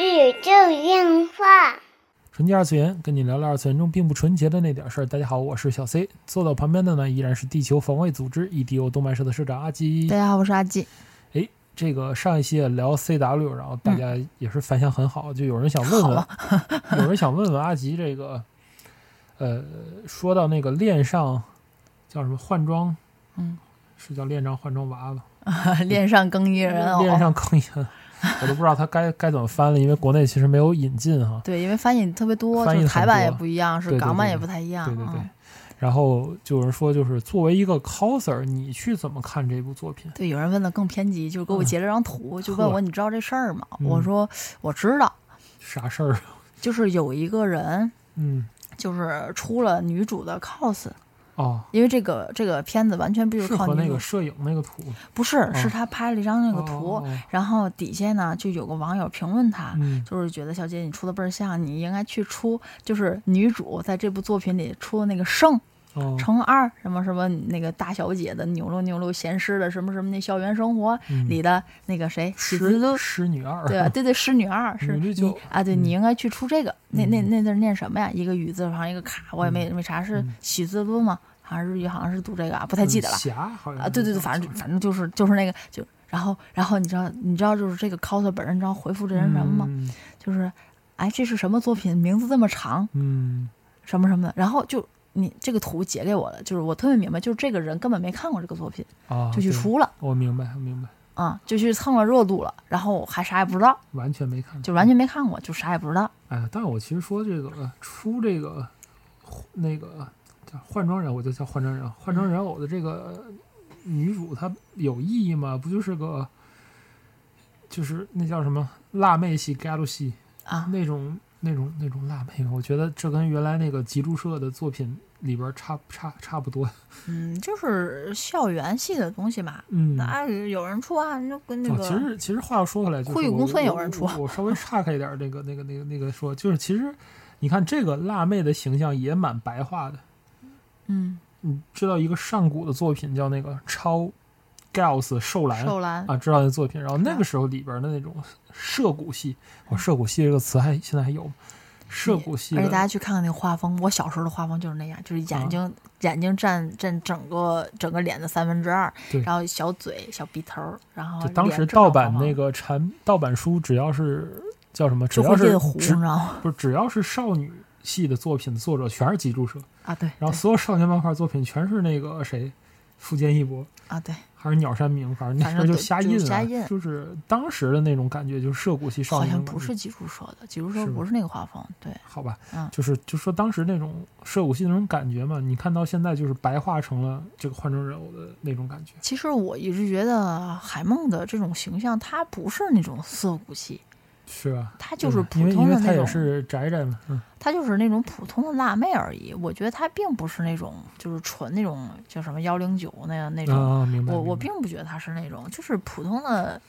宇宙电话。纯洁二次元，跟你聊聊二次元中并不纯洁的那点事儿。大家好，我是小 C，坐到旁边的呢依然是地球防卫组织 EDO 动漫社的社长阿基大。家好，啊我是阿纪。哎，这个上一期也聊 CW，然后大家也是反响很好，就有人想问啊问， 有人想问问阿吉这个，呃，说到那个恋上叫什么换装，嗯，是叫恋上换装娃娃， 恋上更衣人嗯偶，恋上更衣， 我都不知道他该该怎么翻了，因为国内其实没有引进哈。对，因为翻译特别多，翻译就是很台版也多不一样，是对对港版对也不太一样。对对对嗯。然后就有人说，就是作为一个 coser，你去怎么看这部作品？对，有人问的更偏激，就是给我嗯截了张图，就问呵我你知道这事儿吗？嗯我说我知道，啥事 儿？就是有一个人嗯，就是出了女主的 cos，哦，因为这个这个片子完全必须是靠和女那主个，摄影那个图不是，是他拍了一张那个图，哦哦哦然后底下呢就有个网友评论他，嗯，就是觉得小姐你出的倍儿像，你应该去出就是女主在这部作品里出的那个圣哦，乘二什么什么那个大小姐的扭溜扭溜闲适的什么什么那校园生活嗯里的那个谁师喜滋溜，师女二，对吧？对对，是女二是女绿你就啊，对嗯你应该去出这个，那那嗯那字儿念什么呀？一个雨字旁一个卡，我也没没查是嗯喜滋溜吗？好像日语好像是读这个啊，不太记得了。侠好像啊，对对对，反正就反正就是就是那个就，然后然后你知道你知道就是这个 cos 本人，你知道回复这人什么吗？嗯就是，哎，这是什么作品？名字这么长，嗯，什么什么的。然后就你这个图截给我了，就是我特别明白，就是这个人根本没看过这个作品，啊，就去对，出了我明白，我明白，啊、就去蹭了热度了，然后还啥也不知道，完全没看，就完全没看过，就啥也不知道。哎呀，但是我其实说这个呃出这个那个叫换装人，我就叫换装人偶，换装嗯人偶的这个女主她有意义吗？不就是个就是那叫什么辣妹系、g a l 系啊，那种那种那种辣妹吗？我觉得这跟原来那个集注社的作品里边差差差不多。嗯，就是校园系的东西吧。嗯，那有人出啊，那跟那哦个、其实其实话又说回来，就是会有我公孙我有人出我我稍微岔开一点儿，那个那个那个那个说，就是其实你看这个辣妹的形象也蛮白化的。嗯，你知道一个上古的作品叫那个《超 Gals 兽兰》寿兰啊，知道那作品。然后那啊个时候里边的那种涉谷系，我、涉谷系这个词还现在还有吗？涉谷系而且大家的，去看看那个画风，我小时候的画风就是那样，就是啊眼睛、眼睛占占整个整个脸的三分之二对，然后小嘴、小鼻头，然后就当时脸正盗好版方那个产盗版书，只要是叫什么，只就要会是印胡，你只知道吗？不是只要是少女系的作品的作者全是集注社，啊，对，然后对所有少年漫画作品全是那个谁，富坚义博。啊，对，还是鸟山明，反正那反时候就正对瞎就印啊，瞎印就是当时的那种感觉，就是涉谷系少好年像那种不感觉是基础社的，基础社是吗不是那个画风，对，好吧，嗯就是就说当时那种涉谷系那种感觉嘛，你看到现在就是白化成了这个换成人偶的那种感觉，其实我一直觉得海梦的这种形象，她不是那种涩谷系，是吧？她就是嗯普因为因通为的他那也种，是宅宅嘛，嗯，她就是那种普通的辣妹而已。我觉得她并不是那种就是纯那种叫什么幺零九那样那种啊，明白。我明我白并不觉得她是那种，就是普通的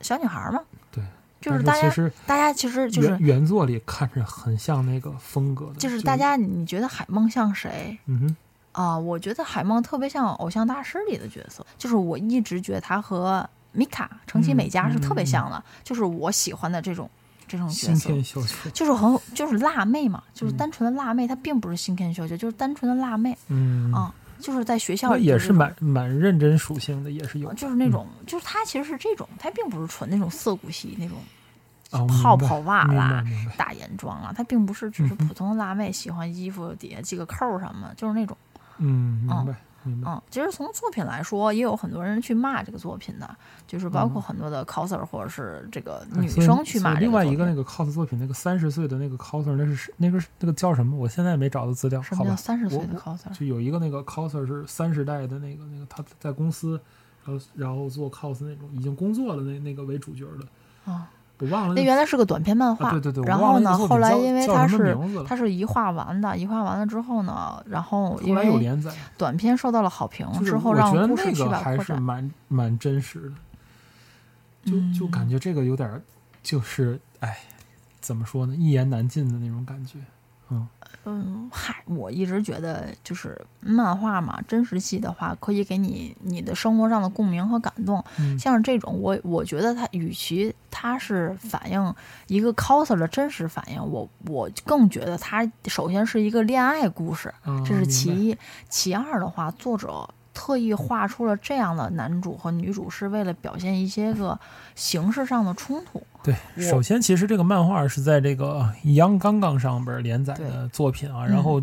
小女孩儿嘛。对，就是大但家其实大家其实就原是原作里看着很像那个风格的，就是是大，家，你觉得海梦像谁嗯哼，啊、我觉得海梦特别像《偶像大师》里的角色，就是我一直觉得她和米卡、成嗯崎美嘉是特别像的，就是我喜欢的这种这种角新色。天小说，就是很就是辣妹嘛，就是嗯单纯的辣妹，她并不是新天秀秀，就是单纯的辣妹，嗯，啊就是在学校那里也就是呃嗯蛮嗯蛮认真属性的，也是有就是那种，就是她其实是这种，她并不是纯那种涩谷系那种啊，我泡明白泡袜明啦白、明白，大眼妆啊啦，她并不是只是嗯哼普通的辣妹，喜欢衣服底下系个扣儿什么，就是那种。嗯，明白明白，嗯，其实从作品来说，也有很多人去骂这个作品的，就是包括很多的 coser 或者是这个嗯哎女所以生去所以骂这另个外作一个品那个 cos 作品，那个三十岁的那个 coser，那是谁那个是那个叫什么？我现在没找到资料，什好么叫吧？三十岁我的我 coser？就有一个那个 coser 是三十代的那个那个，他在公司，然后然后做 cos 那种已经工作了那那个为主角的，啊，我忘了那原来是个短篇漫呃啊画对，对对，我然忘后了那呢，个作品后来叫因为叫它什么是名字了它是一画完的，一画完了之后呢，然后后因来有为连载，短篇受到了好评就是之后，我觉让得故事那去个吧还扩是展。蛮蛮真实的，就就嗯感觉这个有点儿就是哎，怎么说呢，一言难尽的那种感觉。嗯，嗨，我一直觉得，就是漫画嘛，真实系的话，可以给你你的生活上的共鸣和感动。嗯像是这种，我我觉得它与其它是反映一个 coser 的真实反应，我我更觉得它首先是一个恋爱故事，啊这是其明白一。其二的话，作者特意画出了这样的男主和女主，是为了表现一些个形式上的冲突。对，我首先其实这个漫画是在这个杨刚刚上边连载的作品啊，对然后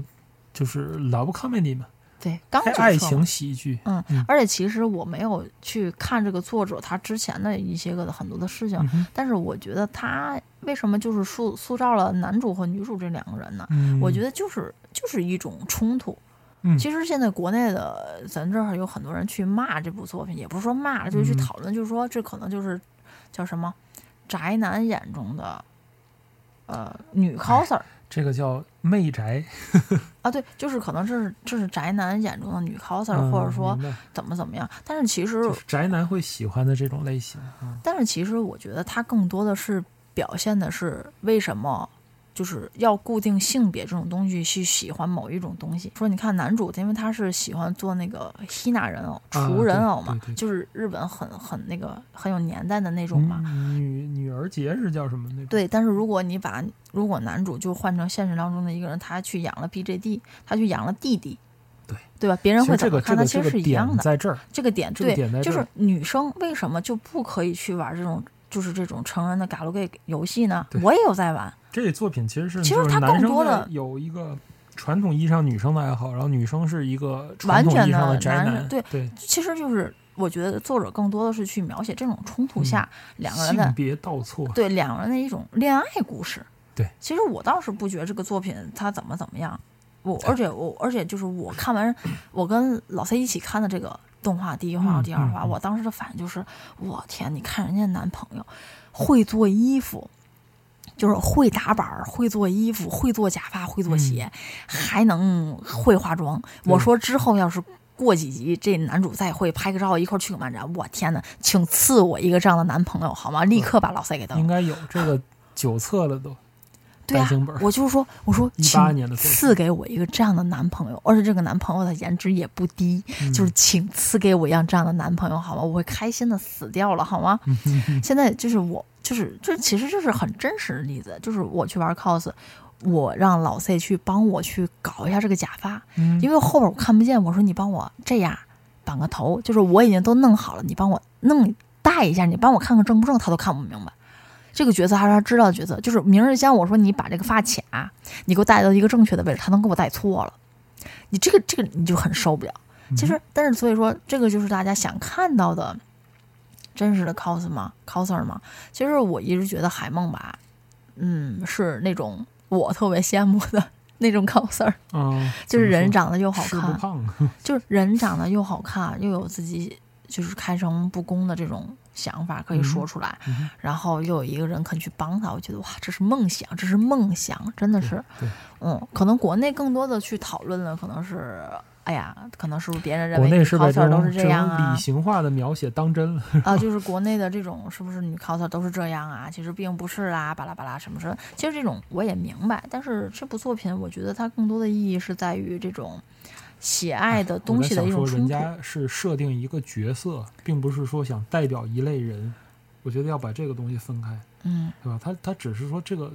就是老不 comedy 嘛，对，刚爱就爱说情喜剧，嗯嗯，而且其实我没有去看这个作者他之前的一些个的很多的事情，嗯哼但是我觉得他为什么就是塑塑造了男主和女主这两个人呢？嗯，我觉得就是就是一种冲突。嗯其实现在国内的咱这儿有很多人去骂这部作品，也不是说骂，就是嗯去讨论，就是说这可能就是叫什么宅男眼中的呃哎女 coser，这个叫媚宅，啊，对，就是可能这是这是宅男眼中的女 coser，、嗯或者说明白怎么怎么样。但是其实，就是宅男会喜欢的这种类型啊，但是其实我觉得它更多的是表现的是为什么。就是要固定性别这种东西去喜欢某一种东西。说你看男主，因为他是喜欢做那个希腊人偶、厨啊对人偶嘛，对对就是日本很很那个很有年代的那种嘛。嗯女女儿节是叫什么那种？对，但是如果你把如果男主就换成现实当中的一个人，他去养了 BJD，他去养了弟弟，对对吧？别人其实会这怎么个这看？他个其这实个是一样点的。在这儿，这个点这个对，点在这就是儿女生为什么就不可以去玩这种就是这种成人的 g a l g a 游戏呢对？我也有在玩，这作品其实是其实就是它男更生多的的有一个传统意义上女生的爱好，然后女生是一个传完统全意义上的宅男人男，对对，其实就是我觉得作者更多的是去描写这种冲突下、两个人的嗯性别倒错，对两个人的一种恋爱故事。对，其实我倒是不觉得这个作品它怎么怎么样，我对而且我而且就是我看完，我跟老 C 一起看的这个动画第一话和嗯第二话，嗯嗯我当时的反应就是，我天，你看人家男朋友会做衣服。就是会打板儿，会做衣服，会做假发，会做鞋，还能会化妆。嗯对我说之后要是过几集这男主再会拍个照，一块儿去个漫展，我天呐，请赐我一个这样的男朋友好吗？嗯立刻把老塞给蹬了应。该有这个九册了 都，对啊单行本儿，我就说，我说， 18年的请作品赐给我一个这样的男朋友，而且这个男朋友的颜值也不低，嗯就是请赐给我一样这样的男朋友好吗？我会开心的死掉了好吗？嗯现在就是我，就是这其实这是很真实的例子，就是我去玩 cos，我让老 C 去帮我去搞一下这个假发，嗯因为后边我看不见，我说你帮我这样绑个头，就是我已经都弄好了，你帮我弄戴一下，你帮我看看正不正，他都看不明白。这个角色还是他知道的角色，就是明日香，我说你把这个发卡，你给我戴到一个正确的位置，他能给我戴错了，你这个这个你就很受不了。其实，但是所以说，这个就是大家想看到的真实的 cos 吗？coser 吗？其实我一直觉得海梦吧，嗯，是那种我特别羡慕的 那种 coser，啊，就是人长长得又好吃不看，胖，就是人长得又好看，又有自己就是开诚布公的这种想法可以说出来，嗯哼然后又有一个人肯去帮他，我觉得哇，这是梦想，这是梦想，真的是，对嗯，可能国内更多的去讨论的可能是。哎呀，可能是不是别人认国为内是把 coser 都种是这样啊？理型化的描写当真了，啊，就是国内的这种是不是女 coser 都是这样啊？其实并不是啦，巴拉巴拉什么什么。其实这种我也明白，但是这部作品我觉得它更多的意义是在于这种喜爱的哎我 东在西的想一种说，人冲突。家是设定一个角色，并不是说想代表一类人，我觉得要把这个东西分开，嗯，对吧？他他只是说这个。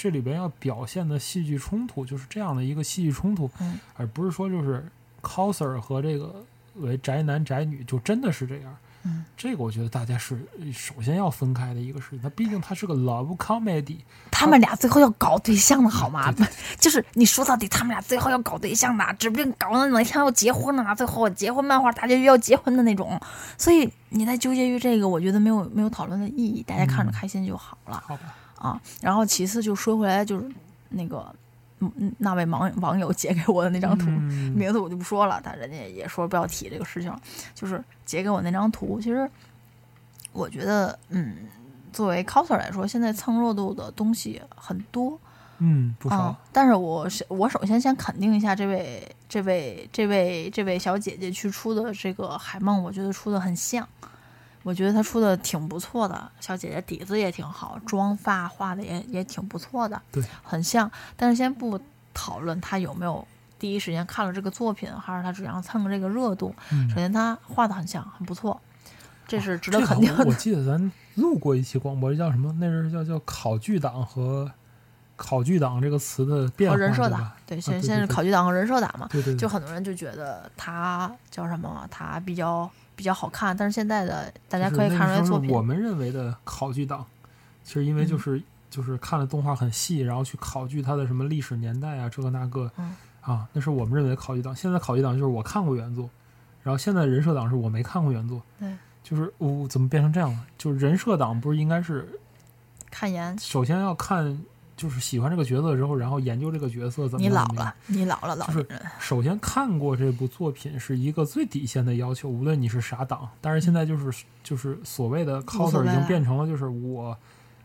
这里边要表现的戏剧冲突就是这样的一个戏剧冲突，嗯而不是说就是 coser 和这个为宅男宅女就真的是这样。嗯，这个我觉得大家是首先要分开的一个事情，它毕竟它是个 love comedy，他们俩最后要搞对象的好吗对？ 就是你说到底，他们俩最后要搞对象的，指不定搞到哪天要结婚了，最后结婚漫画大结局要结婚的那种。所以你在纠结于这个，我觉得没有没有讨论的意义，大家看着嗯开心就好了。好吧？啊。然后其次就说回来，就是那个嗯嗯那位网网友截给我的那张图，嗯，名字我就不说了，但人家也说不要提这个事情，就是截给我那张图。其实我觉得，嗯，作为 coser 来说，现在蹭热度的东西很多，嗯，不啊，少。但是我是我首先先肯定一下这位这位这位这位小姐姐去出的这个海梦，我觉得出的很像，我觉得她出的挺不错的，小姐姐底子也挺好，妆发画的也也挺不错的，对，很像。但是先不讨论他有没有第一时间看了这个作品，还是他只想蹭这个热度。嗯哦首先，他画的很像，很不错，这是值得这个肯定我我的。记得咱录过一期广播，叫什么？那阵儿叫叫“考据党”和“考据党”这个词的变 和化，人设对党吧，对，对现对现在是对考据党和人设党嘛，对对对，就很多人就觉得他叫什么，他比较比较好看，但是现在的大家就是可以那看出个来时候作品嗯我们认为的考据党，其实因为就是、就是看了动画很细，然后去考据它的什么历史年代啊，这个那个，嗯啊，那是我们认为的考据党。现在考据党就是我看过原作，然后现在人设党是我没看过原作，对，就是我、怎么变成这样了？就是人设党不是应该是看颜首先要看就是喜欢这个角色之后，然后研究这个角色怎么你样老怎么样了，你老了，老就是年人。首先看过这部作品是一个最底线的要求，无论你是啥党。但是现在就是就是所谓的无所 coser 谓啊已了经变成了就是我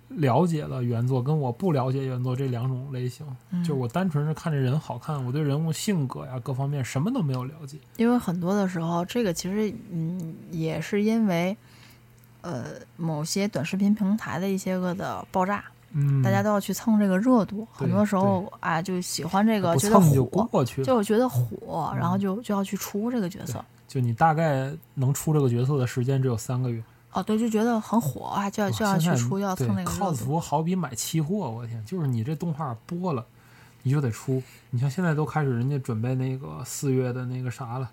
了解了原作跟我不了解原作这两种类型，嗯就是我单纯是看这人好看，我对人物性格呀各方面什么都没有了解。因为很多的时候，这个其实嗯也是因为，呃，某些短视频平台的一些个的爆炸，嗯，大家都要去蹭这个热度。很多时候啊，就喜欢这个，不觉得蹭就火，过去了，就觉得火，嗯然后就就要去出这个角色。就你大概能出这个角色的时间只有三个月，哦，对，就觉得很火啊，就要就哇要现去在出，要对蹭那个热 cos 度。服好比买期货，我天，就是你这动画播了，你就得出。你像现在都开始人家准备那个四月的那个啥了，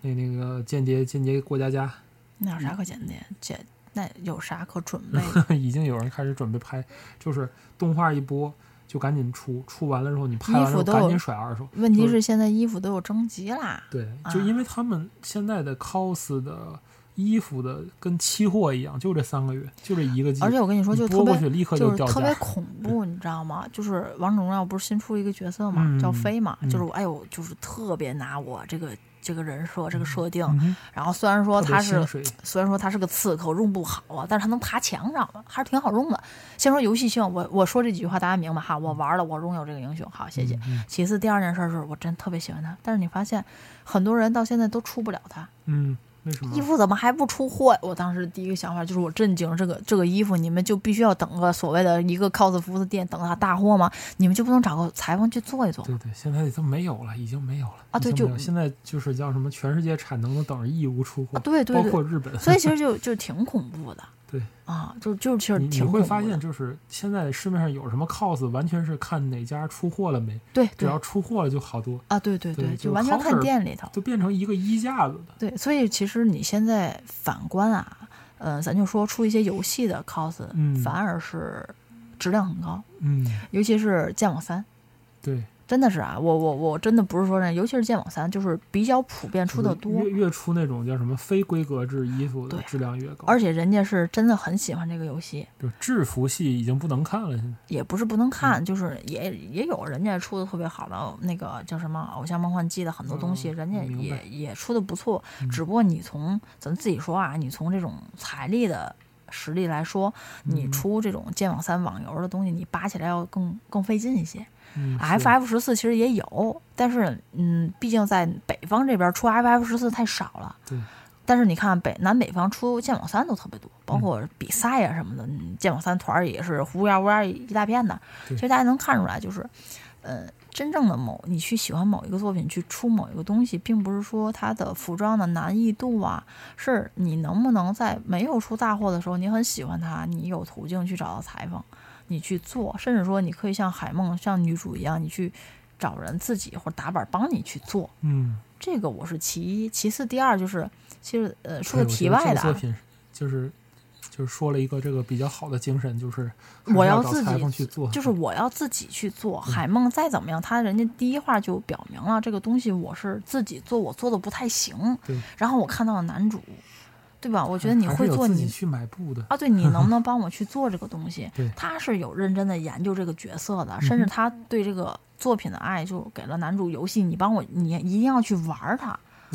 那那个间谍间谍过家 家，那有啥嗯可简单？简那有啥可准备 的？已经有人开始准备拍，就是动画一播就赶紧出，出完了之后你拍衣完了之服后都赶有紧甩二手。问题就是是现在衣服都有征集啦，对，就啊因为他们现在的 cos 的衣服的跟期货一样，就这三个月，就这一个季，而且我跟你说，你就特播别过去立刻就掉是特别价。恐怖，你知道吗？就是王者荣耀不是新出一个角色嘛，嗯叫飞嘛，嗯就是我哎呦，就是特别拿我这个这个人设这个设定，嗯哼然后虽然说特别他是香水虽然说他是个刺客，用不好啊，但是他能爬墙，知道吗？还是挺好用的。先说游戏性，我我说这几句话大家明白哈，我玩了，我拥有这个英雄，好，谢谢。嗯嗯其次，第二件事是我真特别喜欢他，但是你发现很多人到现在都出不了他，嗯，为什么？衣服怎么还不出货？我当时第一个想法就是我震惊，这个这个衣服你们就必须要等个所谓的一个 cos 服的店等它大货吗？你们就不能找个裁缝去做一做？对对，现在已经没有了，已经没有了啊对已经没有就现在就是叫什么，全世界产能都等着义乌出货，啊，对对包对，括日本。所以其实就就挺恐怖的。 对啊，就就其实你你挺恐怖会的发现，，就是现在市面上有什么 cos，完全是看哪家出货了没，对只对要出货了就好多，啊，对对对就就完全看 coser 店里头。就变成一个衣架子的。对，所以其实你现在反观啊，呃，咱就说出一些游戏的 cos，、嗯反而是质量很高，嗯，尤其是《剑网三》。对，真的是啊，我我我真的不是说这，尤其是剑网三，就是比较普遍出的多嗯越，越出那种叫什么非规格制衣服的对质量越高，而且人家是真的很喜欢这个游戏，就制服系已经不能看了。现在也不是不能看，就是也也有人家出的特别好的那个叫什么《偶像梦幻季》的很多东西，嗯人家明白也也出的不错，嗯只不过你从咱自己说啊，你从这种财力的。实力来说，你嗯出这种剑网三网游的东西，你扒起来要更更费劲一些。嗯啊 F 是 F 十四其实也有，但是嗯，毕竟在北方这边出 F F 十四太少了。对。但是你看北南北方出剑网三都特别多，嗯包括比赛啊什么的，嗯剑网三团儿也是乌鸦乌鸦一大片的。对其实大家能看出来，就是，呃，真正的某你去喜欢某一个作品，去出某一个东西，并不是说它的服装的难易度啊，是你能不能在没有出大货的时候，你很喜欢它，你有途径去找到裁缝，你去做，甚至说你可以像海梦、像女主一样，你去找人自己或者打板帮你去做。嗯，这个我是其一，其次第二就是，其实呃说哎个我觉题得这外个的作啊，品，就是就是说了一个这个比较好的精神，就是还是我要要找自裁己缝去做，就是我要自己去做。嗯海梦再怎么样，他人家第一话就表明了这个东西我是自己做，我做的不太行对。然后我看到了男主，对吧？我觉得你哎还是会有做自你己去买布的。啊，对 你能不能帮我去做这个东西对？他是有认真的研究这个角色的，嗯甚至哼他对这个作品的爱就给了男主游戏，你帮我，你一定要去玩儿它，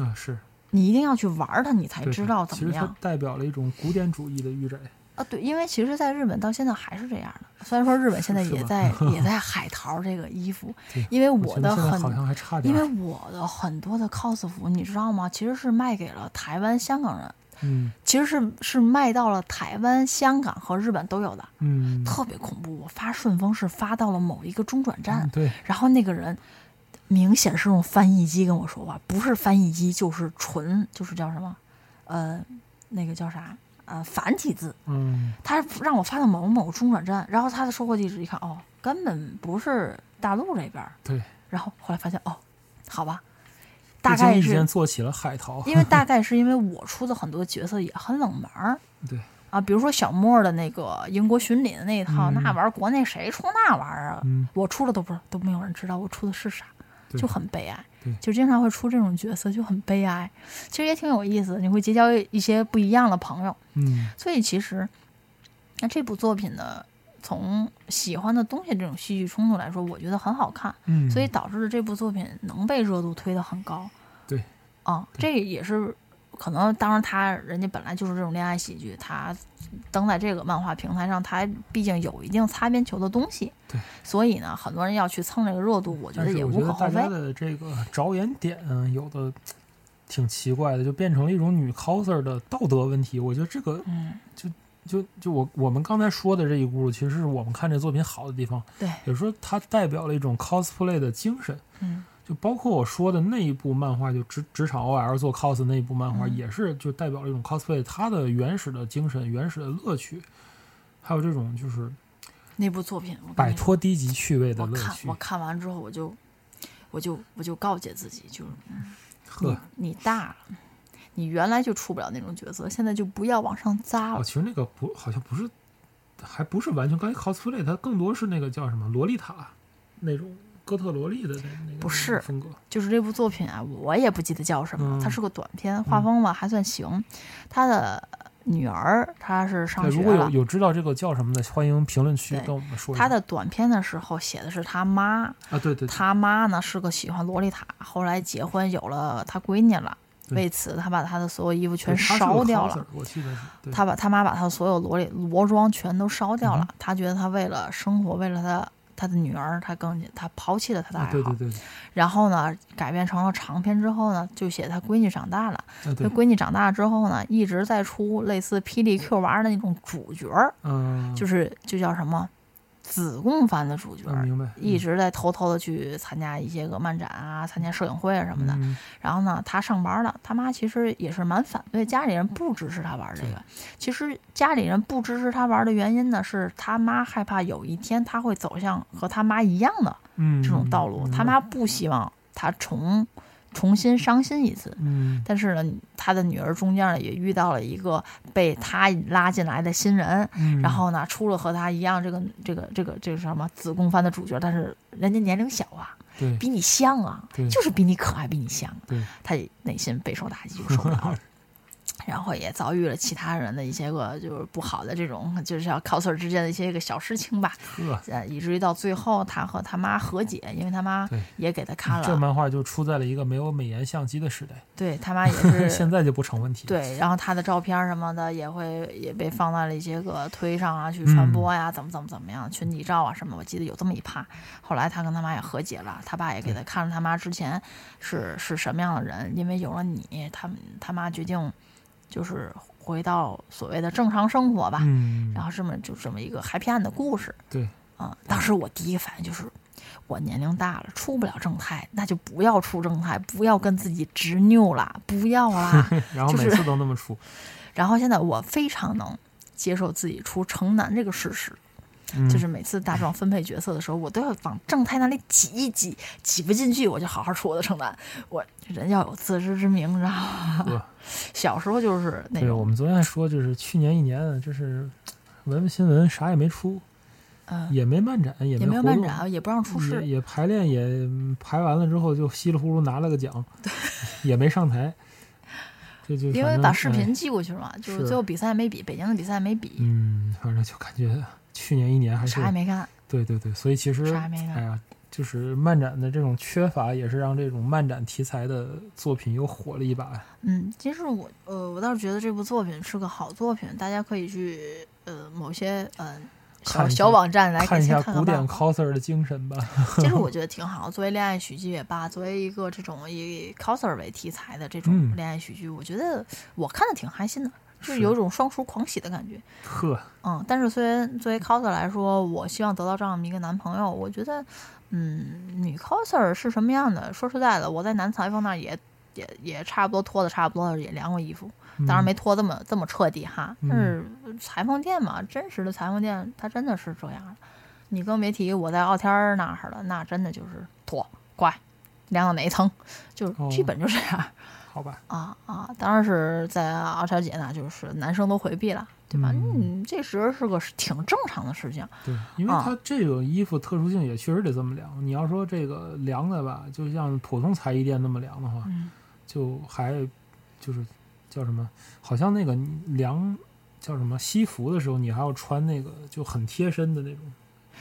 啊，是你一定要去玩儿它，你才对知对道怎么其实样它代表了一种古典主义的御宅，啊。对，因为其实，在日本到现在还是这样的。虽然说日本现在是也吧 在也在海淘这个衣服对，因为我我觉得的现在好很，像还差点因为儿。我的很多的 cos 服，你知道吗？其实是卖给了台湾、香港人。嗯其实是是卖到了台湾、香港和日本都有的，嗯，特别恐怖。我发顺丰是发到了某一个中转站，嗯对，然后那个人明显是用翻译机跟我说话，不是翻译机就是纯就是叫什么，呃，那个叫啥呃繁体字。嗯他让我发到某某中转站，然后他的收货地址一看，哦，根本不是大陆这边儿。对，然后后来发现，哦，好吧，大不经 概意之间是做起了海淘，因为大概是因为我出的很多角色也很冷门儿对，啊，比如说小莫儿的那个英国巡礼的那一套，嗯那玩意儿国内谁出那玩意儿啊？嗯我出了都不知道，都没有人知道我出的是啥，对就很悲哀对。就经常会出这种角色，就很悲哀。其实也挺有意思的，你会结交一些不一样的朋友。嗯所以其实，那这部作品呢，从喜欢的东西这种戏剧冲突来说，我觉得很好看，嗯，所以导致了这部作品能被热度推得很高。对，啊，这也是可能，当然他人家本来就是这种恋爱喜剧，他登在这个漫画平台上，他毕竟有一定擦边球的东西，对，所以呢，很多人要去蹭这个热度，我觉但得是也我无觉得可厚大非家。的这个着眼点啊，有的挺奇怪的，就变成了一种女 coser 的道德问题。我觉得这个嗯，就就我我们刚才说的这一轱辘，其实是我们看这作品好的地方，对，也说它代表了一种 cosplay 的精神。嗯，就包括我说的那一部漫画，就职职场 OL 做 cos 那一部漫画，嗯也是就代表了一种 cosplay 它的原始的精神、原始的乐趣，还有这种就是那部作品，我跟摆你说脱低级趣味的嗯我乐看趣我。看完之后，我就我就我就告诫自己，就是呵你，你大了，你原来就出不了那种角色，现在就不要往上扎哦，了。其实那个不好像不是，还不是完全刚才 cosplay，它更多是那个叫什么洛丽塔那种哥特萝莉的那那个不是风格。就是这部作品啊，我也不记得叫什么，嗯它是个短片，画风吧还算行。他的女儿她是对上学如果有了，有知道这个叫什么的，欢迎评论区对跟我们说一下。他的短片的时候写的是他妈，啊，对对对，他妈呢是个喜欢洛丽塔，后来结婚有了他闺女了，对为此他把他的所有衣服对全他是个烧掉了 coser，。我记得是。对他把他妈把他所有罗里罗装全都烧掉了嗯。他觉得他为了生活，为了他他的女儿，他更他抛弃了他的爱好。啊，对对对，然后呢，改编成了长篇之后呢，就写他闺女长大了。啊他对，闺女长大之后呢，一直在出类似霹雳 Q 玩的那种主角儿，嗯，就是就叫什么子贡番的主角啊儿。明白，一直在偷偷的去参加一些个漫展啊，参加摄影会啊什什么的。嗯然后呢，他上班了，他妈其实也是蛮反对，家里人不支持他玩这对个。其实家里人不支持他玩的原因呢，是他妈害怕有一天他会走向和他妈一样的嗯，这种道路，明他白妈不希望他重重新伤心一次。嗯，但是呢，他的女儿中间呢也遇到了一个被他拉进来的新人，嗯然后呢出了和他一样这个这个这个这个什么子宫番的主角，但是人家年龄小啊，对比你像啊，对就是比你可爱，比你像。对，他也内心备受打击，就受不了 了。然后也遭遇了其他人的一些个就是不好的这种，就是要 coser 之间的一些个小事情吧，呵，呃，以至于到最后他和他妈和解，因为他妈对也给他看这了，漫画就出在了一个没有美颜相机的时代，对他妈 也现是在就不成问题。，对，然后他的照片什么的也会也被放到了一些个推上啊，去传嗯播呀、怎么怎么怎么样，群体照啊什么，我记得有这么一趴。后来他跟他妈也和解了，他爸也给他看了他妈之前是是什么样的人，因为有了你，他们他妈决定就是回到所谓的正常生活吧。嗯，然后这么就这么一个 happy end 的故事。对，啊、当时我第一反应就是，我年龄大了，出不了正太，那就不要出正太，不要跟自己执拗啦，不要啦。然后就每是次都那么 出，然后现在我非常能接受自己出城南这个事实，嗯就是每次大壮分配角色的时候，我都要往正太那里挤一挤，挤不进去我就好好出我的城南。我人要有自知之明，你知道对吗？ 小时候就是那对，我种，们昨天还说，就是去年一年，就是文文新闻啥也没出，嗯、也没漫展，也也没有活漫动，展，啊也不让出也事，也排练也嗯排完了之后就稀里糊涂拿了个奖，也没上台，这就因反为正把视，哎频寄过去了嘛，就是是最后比赛也没比，北京的比赛也没比，嗯，反正就感觉去年一年还是啥也没干，对对对，所以其实啥也没干哎呀，就是漫展的这种缺乏，也是让这种漫展题材的作品又火了一把呀。嗯，其实我呃，我倒是觉得这部作品是个好作品，大家可以去呃某些呃小看一下小网站来看一先下看古看典漫画 coser 的精神吧。其实我觉得挺好。作为恋爱喜剧也罢，作为一个这种以 coser 为题材的这种嗯恋爱喜剧，我觉得我看的挺开心的，就是是有种双厨狂喜的感觉。呵，嗯，但是虽然作为 coser 来说，我希望得到这样一个男朋友，我觉得，嗯，女 coser 是什么样的？说实在的，我在男裁缝那儿也也也差不多脱的差不多了，也量过衣服，当然嗯没脱这么这么彻底哈。但是嗯裁缝店嘛，真实的裁缝店，它真的是这样的。你更别提我在奥天儿那儿了，那真的就是脱快，量到哪一层，就是哦基本就这样。好吧， 啊啊！当然是在奥小姐那，就是男生都回避了，对吧？嗯嗯，这时候是个是挺正常的事情。对，因为啊它这种衣服特殊性也确实得这么量。你要说这个量的吧，就像普通裁衣店那么量的话，嗯，就还就是叫什么，好像那个你量叫什么西服的时候，你还要穿那个就很贴身的那种。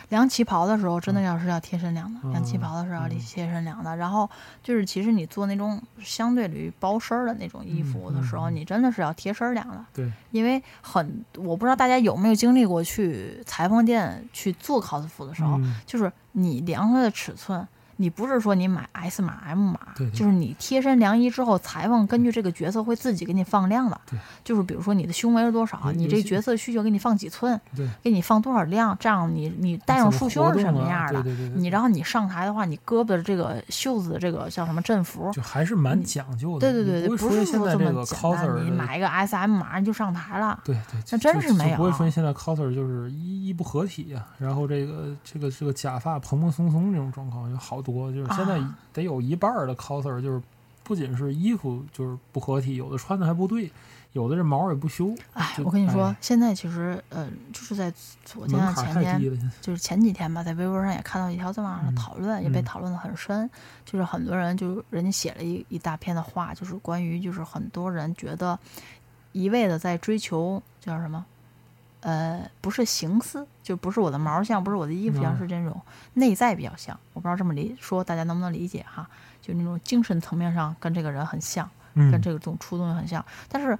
量旗袍的时候，真的要是要贴身量的，量旗嗯袍的时候要嗯贴身量的。然后就是，其实你做那种相对于包身儿的那种衣服的时嗯候，嗯嗯你真的是要贴身量的。对，因为很，我不知道大家有没有经历过去裁缝店去做 cos 服的时候，嗯，就是你量出来的尺寸，你不是说你买 S 码 M 码，对对就是你贴身量衣之后，裁缝根据这个角色会自己给你放量的对。就是比如说你的胸围是多少，尤你尤这其角色需求给你放几寸，对，给你放多少量，这样你你带上怎束么胸活是什动啊么样的。对对对对，你然后你上台的话，你胳膊的这个袖子的这个叫什么阵服，就还是蛮讲究对的。对对你对，不不会说是现说在这这么个简单，你 coser 的。买一个 S M 码你就上台了。对对，那就真就是就没有不会说现在 coser 就是衣衣不合体啊，然后这个这个这个假发蓬蓬松松这种状况有好多，就是现在啊得有一半儿的 coser 就是不仅是衣服就是不合体，有的穿的还不对，有的这毛儿也不修，哎，就我跟你说哎，现在其实嗯、呃就是在昨天啊门槛前儿太天低了。现在就是前几天吧，在微博上也看到一条这么样的嗯讨论，也被嗯讨论的很深。就是很多人就是人家写了一一大篇的话，就是关于就是很多人觉得一味的在追求叫什么，呃，不是形似，就不是我的毛像，不是我的衣服像，嗯是这种内在比较像。我不知道这么理说大家能不能理解哈，就那种精神层面上跟这个人很像。跟嗯，这种初衷很像。但是，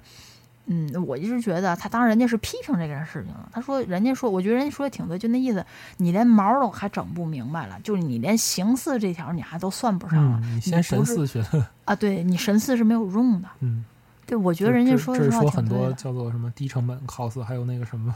嗯，我一直觉得他当然人家是批评这件事情了。他说人家说，我觉得人家说的挺对，就那意思，你连毛儿都还整不明白了，就是你连形似这条你还都算不上了、嗯，你先神不似去了，啊？对你神似是没有用的。嗯，对，我就觉得人家这说这的是话说挺很对多的，叫做什么低成本 cos，还有那个什么，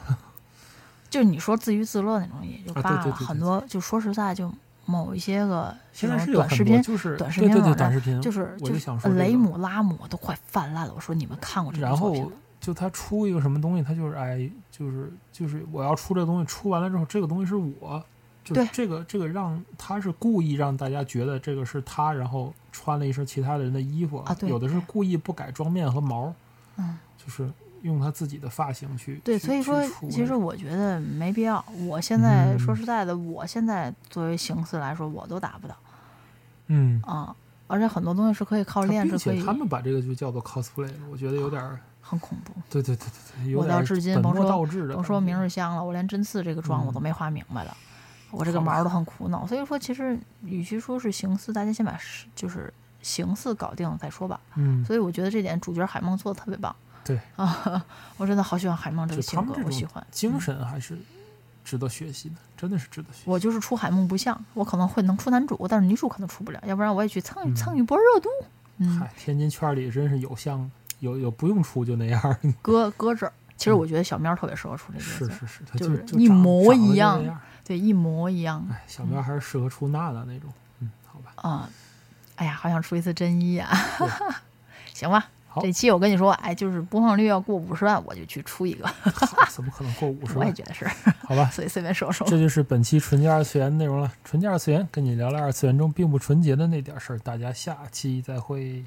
就是你说自娱自乐那种也就啊对罢了，对对对很多就说实在就某一些个这现在种是有短很视多频。就是短视对频对对网站短视频，就是我就想说这雷个姆拉姆都快泛滥了，我说你们看过这种然作品后吗？就他出一个什么东西，他就是哎，就是就是我要出这个东西，出完了之后，这个东西是我，就对是这个这个让他是故意让大家觉得这个是他，然后穿了一身其他人的衣服啊对有的是对故意不改妆面和毛，嗯，就是用他自己的发型去对，去所以说去出其那实种我觉得没必要。我现在、嗯说实在的，我现在作为形似来说，我都达不到嗯，啊、而且很多东西是可以靠他哦练，并是可且以他们把这个就叫做 cosplay 了，我觉得有点儿，很恐怖。对对对对对，有我点到儿至今本甭末说倒置的感觉，甭说明日香了，我连真刺这个妆我都嗯没画明白了，我这个好吧毛都很苦恼。所以说，其实与其说是形似，大家先把是就是形似搞定了再说吧。嗯，所以我觉得这点主角海梦做的特别棒。对啊， 我真的好喜欢海梦这个就他性们格，这我喜种欢精嗯神还是值得学习的，真的是值得学习。我就是出海梦不像，我可能会能出男主，但是女主可能出不了，要不然我也去蹭一嗯蹭一波热度。嗯，嗨，天津圈里真是有像有有不用出就那样儿， 搁搁这儿，其实我觉得小喵特别适合出这个角嗯是色，是是，他就就是就一长长得模一就那样样儿。对，一模一样哎，小苗还是适合出娜娜那种。嗯，好吧，啊、哎呀，好想出一次真一啊！对 行吧，好这期我跟你说，哎，就是播放率要过五十万，我就去出一个，好怎么可能过五十我也万？觉得是，好 吧，所以随便说说。这就是本期纯洁二次元内容了。纯洁二次元跟你聊聊二次元中并不纯洁的那点儿事儿，大家下期再会。